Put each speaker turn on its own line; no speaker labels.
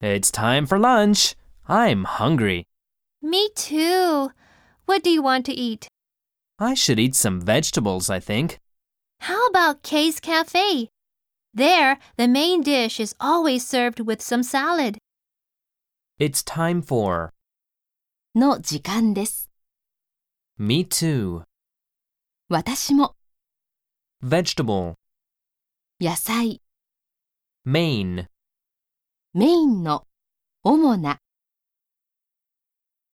It's time for lunch. I'm hungry.
Me too. What do you want to eat?
I should eat some vegetables, I think.
How about Kay's Cafe? There, the main dish is always served with some salad.
It's time for
の時間です。
me too.
私も
Vegetable,
野菜、
main.
メインの主な